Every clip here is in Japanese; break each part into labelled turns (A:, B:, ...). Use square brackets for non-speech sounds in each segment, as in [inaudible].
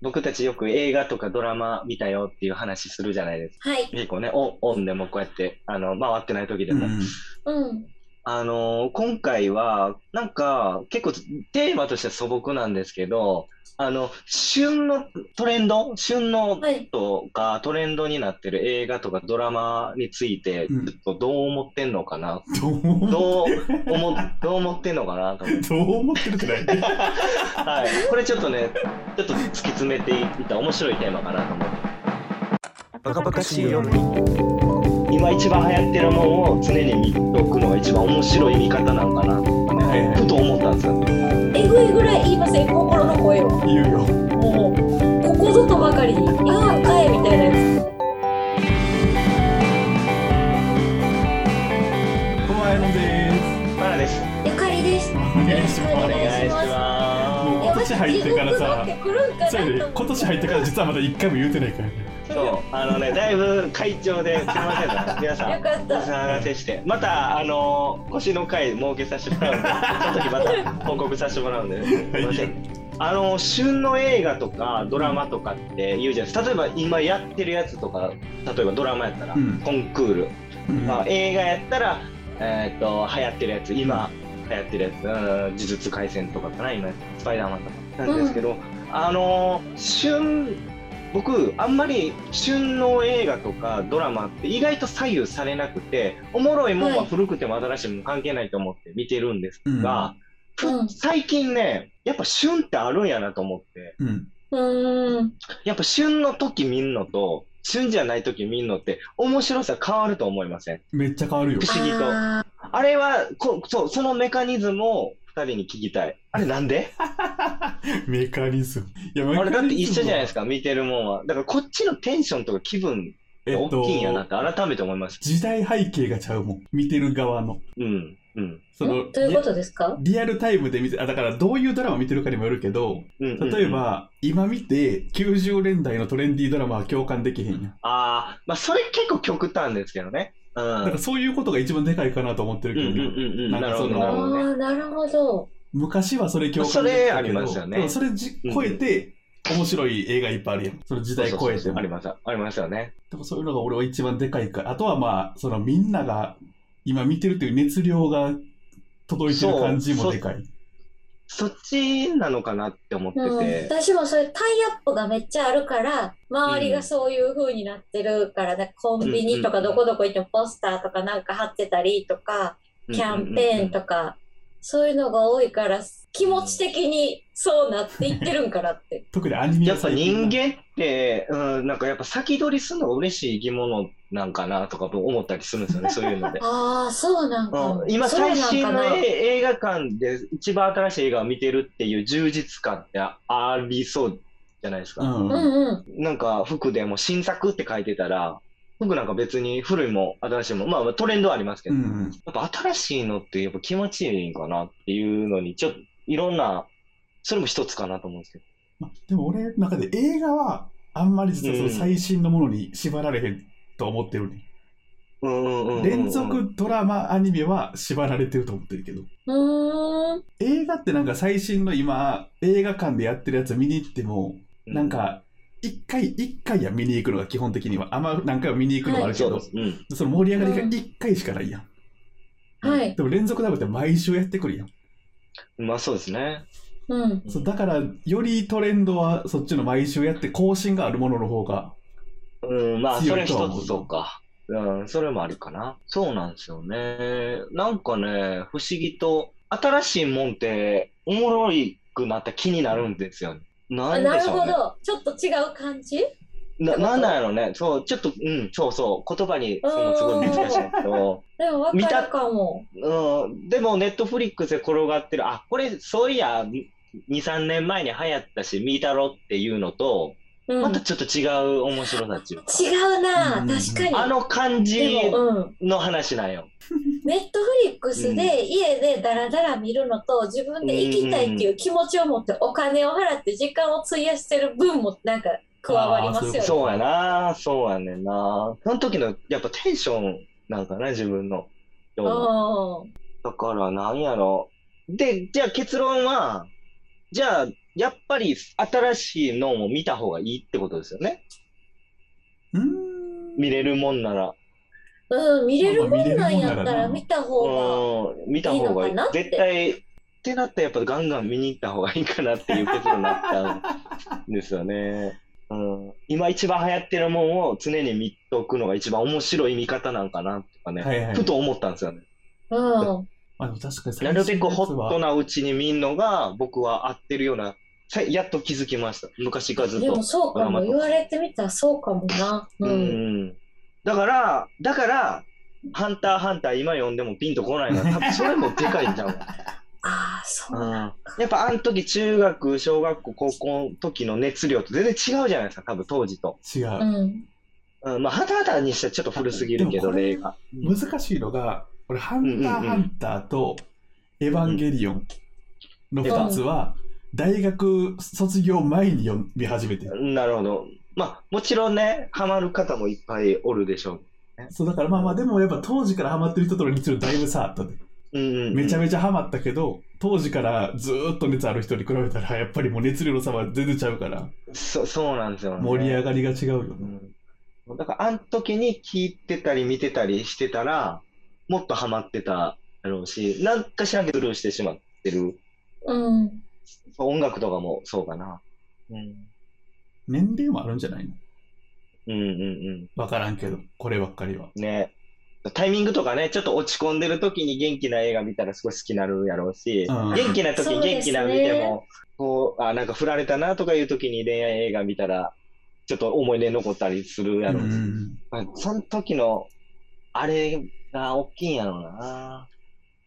A: 僕たちよく映画とかドラマ見たよっていう話するじゃないですか。
B: はい。
A: 結構ね、オンオンでもこうやって、あの、回ってない時で
C: う
A: も。
C: ん
B: うん。
A: あのー今回は、なんか、結構テーマとしては素朴なんですけど、あの、旬のトレンド、旬の
B: はい。
A: とかトレンドになってる映画とかドラマについて、ち
C: うん
A: ょっとどう思ってんのかな、
C: どう思
A: どう思、どう思ってんのかなと思っ
C: [laughs]
A: て。
C: どう思ってるって何
A: はい。これちょっとね、ちょっと突き詰めていった面白いテーマかなと思って。
D: バカバカしいよ
A: 今一番流行ってるものを常に見ておくのが一番面白い見方なのかなとかね
C: はいはい
A: ふと思ったんですよ。
B: えぐいぐらい言いません、心の声を。
C: 言うよ
B: もう、ここぞとばかりに、ああ、かえみたいなや
C: このアイロンです
A: パラです。
B: つ。ゆかりです。
C: お
B: 願いします
A: お願いしま
C: も今年入ってからさ
B: え私地獄乗ってくるんかなと
C: そうや
B: 思
C: で今年入ってから実はまだ一回も言うてないからね
A: す。そう、あのね、だいぶ会長で、すみません [laughs] ね、皆さん。
B: よかった
A: お騒がせして、また、あの腰の回設けさせてもらうんで、その時また報告させてもらうんで、すみません。あの旬の映画とかドラマとかって言うじゃないですか例えば今やってるやつとか例えばドラマやったら、
C: うん
A: コンクール、
C: うん
A: まあ、映画やったら、えー、と流行ってるやつ今流行ってるやつ、うん、呪術廻戦とかかな今スパイダーマンとかなんですけど、あのー旬僕あんまり旬の映画とかドラマって意外と左右されなくておもろいもん
B: は
A: はい古くても新しいもん関係ないと思って見てるんですが、ふ
B: うん
A: 最近ねやっぱ旬ってあるんやなと思って
C: うん
B: うーん。
A: やっぱ旬の時見んのと旬じゃない時見んのって面白さ変わると思いません
C: めっちゃ変わるよ
A: 不思議と
B: あ
A: あれはこそう、そのメカニズムを2人に聞きたい。あれなんで
C: メカニズムいや
A: あれだって一緒じゃない
C: い
A: ですか、見てるもんは。だからこっちのテンションとか気分って大きいんやなって改めて思いました。
C: 時代背景がちゃうもん見てる側の
A: うん、うん。
C: その
B: んどういうことですか
C: リアルタイムで見てあだからどういうドラマ見てるかにもよるけど
A: うん、うん
C: 例え。ば、今見て90年代のトレンディードラマは共感できへんやん
A: ああ、まあそれ結構極端ですけどね。うん。
C: なんかそういうことが一番でかいかなと思ってる
A: うんうん
C: けどね、
A: うんうん。
C: なん
A: な
C: か
A: るほ
C: その
A: ど、なるほ
B: あ
A: どね。
B: あ、なるほど。
C: 昔はそれ共
A: そ
C: 感でき
A: れ
C: た
A: あ
C: け
A: り
C: ど
A: ますよね
C: でもそれじ
A: うん
C: 超えて、面白い映画いっぱいあるやんその時代超え
A: そ
C: て
A: うそうそう
C: も
A: あります、ありますよね。
C: でもそういうのが俺は一番でかいからあとはまあそのみんなが今見てるという熱量が届いてる感じもでかい
A: そっちなのかなって思って
B: うん、
A: て。
B: 私もそれタイアップがめっちゃあるから周りがそういう風になってるから、なんかコンビニとか
A: うんうんう
B: ど
A: ん
B: こどこ行ってもポスターとかなんか貼ってたりとかキャンペーン
A: か。
B: とか、そういうのが多いから気持ち的にそうなっていってるんかなって
A: [laughs]
C: 特にアニメ
A: や
C: は
A: っぱ
C: 最
A: 人
C: 近
A: 間って、うん、なんかやっぱ先取りするのが嬉しい生き物なんかなとか思ったりするんですよね、そういうので。
B: [laughs] ああそうなんかも、
A: うん、今
B: そうな
A: 最
B: んかな
A: 新のえ映画館で一番新しい映画を見てるっていう充実感ってあありそうじゃないです
C: う
A: か。
B: う
C: んうん
B: んうん
A: なんか服でも新作って書いてたら、服なんか別に古いも新しいも、まあまあトレンドはありますけ
C: う
A: ど、
C: ん
A: やっぱ新しいのってやっぱ気持ちいいんかなっていうのに、ちょっといろんな、それも一つかなと思うんですけど。
C: まあでも俺の中で映画はあんまり実はその最新のものに縛られへんと思ってるね、
A: うんうんうんうんうん
C: 連続ドラマアニメは縛られてると思ってるけど
B: うーん
C: 映画ってなんか最新の今映画館でやってるやつ見に行っても、なん、か一回一回や見に行くのが基本的にはあんま何回も見に行くのもあるけ
A: そ
C: ど、
A: うです。うん。
C: その盛り上がりが一回しかないやん、
B: はい
C: でも連続ドラマって毎週やってくるやん、
A: まあそうですね。
B: うん
C: そうだからよりトレンドはそっちの毎週やって更新があるものの方が
A: うん、まあそ
C: 強
A: れ
C: いとは思う
A: 一つそうか。うん、それもあるかな。そうなんですよね。なんかね、不思議と、新しいもんって、おもろいくなった気になるんですよ、ね。な
B: あ
A: んで
B: なる
A: しょう
B: ほ
A: ね。
B: どちょっと違う感じ
A: ななんなんやろうね。そう、ちょっと、うん、そうそう。言葉にするのすごい難しいけど。
B: でも分かるかも
A: うん、でも、ネットフリックスで転がってる、あ、これ、そういや、2、3年前に流行ったし、見たろっていうのと、
B: うん
A: またちょっと違う面白さっていうか。
B: 違うな、
C: うん
B: 確かに
A: あの感じ
B: でも、うん、
A: の話なんよ。
B: ネットフリックス
A: う
B: で家でダラダラ見るのと自分で行きたいっていう気持ちを持ってお金を払って時間を費やしてる分もなんか加わりますよね。
C: あー
A: そうやな、そうやねんな。その時のやっぱテンションなんかな、自分の。
B: うん
A: だからなんやろ。で、じゃあ結論は、じゃあやっぱり新しいのを見た方がいいってことですよね。
C: うーん。
A: 見れるもんなら。
B: うん、見れるもんなんやっ
C: ま
B: た
C: あ
B: ら見
C: 見
B: た方が。
A: うん、見た方がいい
B: いいのかなって
A: 絶対、ってなったらやっぱガンガン見に行った方がいいかなっていう結論になったんですよね。うん、今一番流行ってるもんを常に見とくのが一番面白い見方なんかなとかね、
C: はいはい
A: ふと思ったんですよね。
B: うん。
C: あ、でも確かに
A: な
C: 最
A: るべ
C: 新
A: く
C: のやつ
A: ホ
C: は
A: ットなうちに見んのが僕は合ってるような、さやっと気づきました。昔からずっ
B: で
A: と
B: も。そうかも。言われてみたらそうかもな。
A: う
B: うん。
A: ん。だから、だから、ハンターハンター今読んでもピンとこないな。多分それもでかいんちゃうかな
B: ああ、そうう。
A: んやっぱあの時中学、小学校、高校の時の熱量と全然違うじゃないですか、多分当時と。
C: 違
B: う
C: う。
B: ん。
A: うん、まあ、はたはたにしてはちょっと古すぎるけ
C: でも
A: ど、
C: これ
A: 例が。
C: 難しいのが、俺、ハンター
A: うんうんうん
C: ハンターとエヴァンゲリオンの2つは、大学卒業前に読み始めてる。
A: なるほど。まあ、もちろんね、ハマる方もいっぱいおるでしょ
C: そう、だからまあまあ、でもやっぱ当時からハマってる人との熱量だいぶ差あったで。
A: う。うんうんうん、
C: めちゃめちゃハマったけど、当時からずーっと熱ある人に比べたら、やっぱりもう熱量の差は全然ちゃうから、
A: そそうなんですよね。
C: 盛り上がりが違うよね。
A: うん、だから、あの時に聞いてたり見てたりしてたら、もっとハマってただろうし、なんかしらんけどスルーしてしまってる。
B: うん。
A: 音楽とかもそうかな。うん。
C: 年齢もあるんじゃないの
A: うんうんうん。
C: わからんけど、こればっかりは。
A: ね。タイミングとかね、ちょっと落ち込んでる時に元気な映画見たらすごい好きになるやろうし、
C: うん
A: 元気な時に
B: そうで
A: 元
B: す
A: 気
B: ね
A: な見ても、こう、あ、なんか振られたなとかいう時に恋愛映画見たら、ちょっと思い出に残ったりするや
C: う
A: ろうし、
C: ん。
A: まあその時の、あれが大きいんやろうな。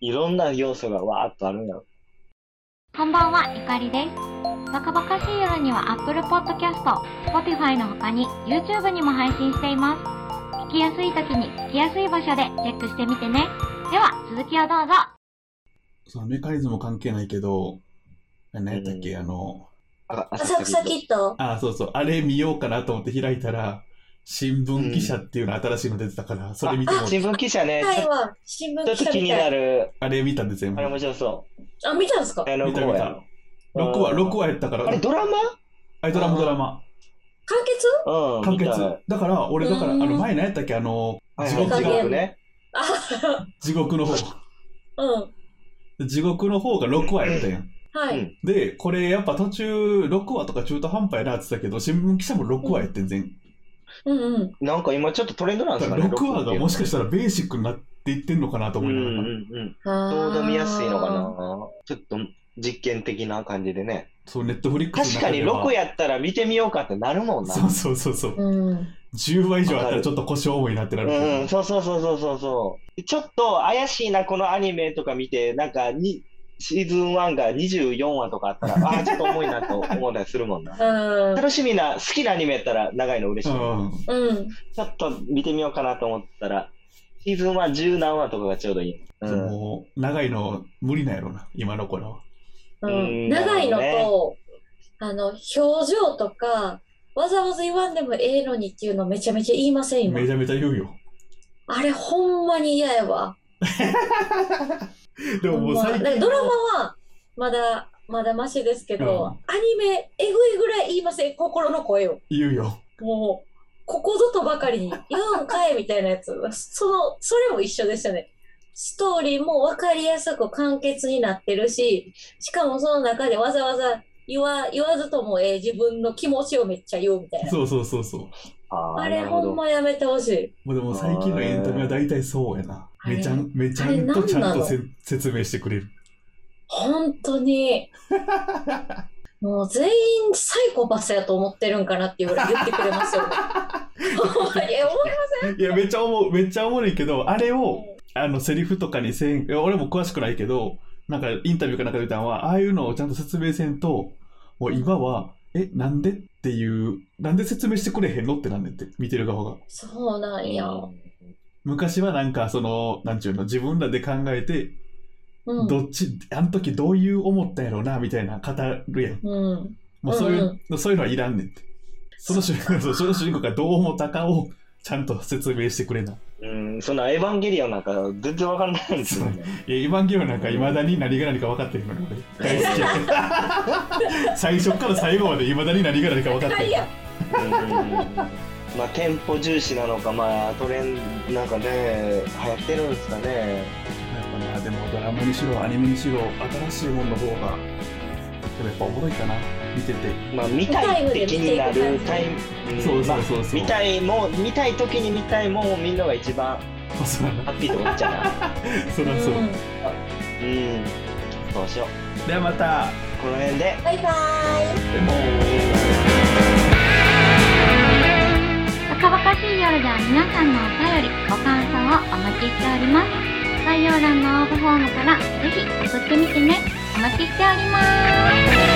A: いろんな要素がわーっとあるんやろ。
E: こんばんは、ゆかりです。バカバカしい夜には Apple Podcast、Spotify の他に YouTube にも配信しています。聞きやすい時に聞きやすい場所でチェックしてみてね。では、続きをどうぞ。
C: そのメカニズム関係ないけど、何やったっけ、あの、
A: あ
B: 浅草キッド。
C: あ、そうそう、あれ見ようかなと思って開いたら、新聞記者っていうの新しいの出てたから、それ見ても
A: あ、新聞記者ね、
B: 今回
A: ちょ
B: は新
A: ちょ
B: 聞
A: っ
B: 記
A: と
B: 者
A: 気
B: み
A: に
B: た。
A: ないる。
C: あれ見たんで全
A: あ
C: 部。
A: れ
C: 6
A: 面白そ
B: あ、見たんですか
A: う。あの
C: 見た
A: こうや
C: 見
A: うん
C: 話、6話やったから、
A: あれドラマ
C: あれドラマドラマ。
B: 完結
A: うん、
C: 完
A: 見
C: 結
A: たい。。
C: だから、俺、だから、あ
B: うん
C: の、前何やったっけ、あの、地獄
A: 地
B: 地
A: 獄
B: 獄
A: ね。
B: あ、
C: 地獄の方。
B: うん。
C: 地獄の方が6話やったやん。
B: は
A: う
B: い。
A: ん
C: で、これやっぱ途中6話とか中途半端やなって言ってたけど、新聞記者も6話やってん全。
B: うんうん。
A: なんか今ちょっとトレンドなん
C: だ
A: です
C: か
A: からね。
C: 6話がもしかしたらベーシックになっていってんのかなと
A: うん
C: 思いな
A: う
C: が
A: ん
C: ら。
A: うん。
B: ち
A: ちょうど見やすいのかな。ちょっと実験的な感じでね。
C: そう、ネットフリックス
A: 確かに6やったら見てみようかってなるもんな。
C: そうそうそうそう。
B: うん。
C: 10話以上あったらちょっと腰重いなってなるけど
A: うん、そうそうそうそうそうそう。ちょっと怪しいな、このアニメとか見て、なんかに、シーズン1が24話とかあった
C: [laughs]
A: ら、ああ、ちょっと重いなと思ったりするもんな。
B: うん。
A: 楽しみな、好きなアニメやったら長いの嬉しい。
C: うん
B: うん。
A: ちょっと見てみようかなと思ったら、シーズン1十何話とかがちょうどいい。う。
C: そうんもう、長いの無理なんやろな、今の頃は。
B: う
A: うん
B: ん、長いのと、あの、表情とか、わざわざ言わんでもええのにっていうのめちゃめちゃ言いません、今
C: め。ちゃめちゃ言うよ。
B: あれ、ほんまに嫌やわ。
C: でももう
B: ほんまだ
C: 最
B: から
C: 近。
B: ドラマは、まだ、まだマシですけ
C: うん
B: ど、アニメ、えぐいぐらい言いません、心の声を。
C: 言うよ。
B: もう、ここぞとばかりに、言うんかいみたいなやつ。 [laughs] その、それも一緒でしたね。ストーリーも分かりやすく簡潔になってるし、しかもその中でわざわざ言わ言わずともええ自分の気持ちをめっちゃ言うみたいな。
C: そうそうそうそう。
A: あ
B: あ
A: あ、
B: れ
A: なるほ
B: ほん
A: ど。
B: まやめてほしい。
C: もうでも最近のエンタメは大体そうやな。
B: あー
C: めちゃん、めちゃ
B: あれ
C: んとちゃん
B: なんな
C: と
B: の
C: せ説明してくれる。
B: 本当に。もう全員サイコパスやと思ってるんかなって言われ言ってくれます
C: [laughs]
B: よね。ほんまにえ思い
C: いや、めっちゃ思う、めっちゃおもろいけど、あれを、あの、セリフとかにせん、いや俺も詳しくないけど、なんかインタビューかなんかで言ったのは、ああいうのをちゃんと説明せんと、もう今は、え、なんでっていう、なんで説明してくれへんのってなんでって、見てる側が。
B: そうなんや。
C: 昔はなんか、その、なんちゅうの、自分らで考えて、
B: うん。
C: どっち、あの時どういう思ったんやろうな、みたいな語るやん。
B: うん。
C: もうそういう、
B: うん
C: そういうのはいらんねんって。その主人公、そうその主人公がどう思ったかをちゃんと説明してくれな。
A: うん、そんなエヴァンゲリオンなんか全然わからないんですよね。
C: いや、エヴァンゲリオンなんかいまだに何が何か分かってるのに、俺大好きや最初から最後までいまだに何が何か分かっ
B: は
C: て
B: い
C: る。
B: や。
A: うんまあ、テンポ重視なのか、まあ、トレン、なんかね、流行ってるんですかね。
C: やっぱな、でもドラマにしろ、アニメにしろ、新しいものの方が、でもやっぱおもろいかな、見てて。
A: まあ、見たいって気になるタイム、ん
C: そう
A: まあ
C: そうそうそう。
A: 見たいもん見たい時に見たいもんを見るのが一番
C: あそうだな
A: ハッピーと思っち [laughs] ゃ
C: そう
B: う
C: だそ
B: ん
C: うだ。
A: うなうんどうしよう
C: ではまた、
A: この辺で
B: バイバーイ。
C: でも。
E: 若々しい夜では皆さんのお便り、ご感想をお待ちしております。概要欄の応募フォームからぜひ送ってみてね。お待ちしております。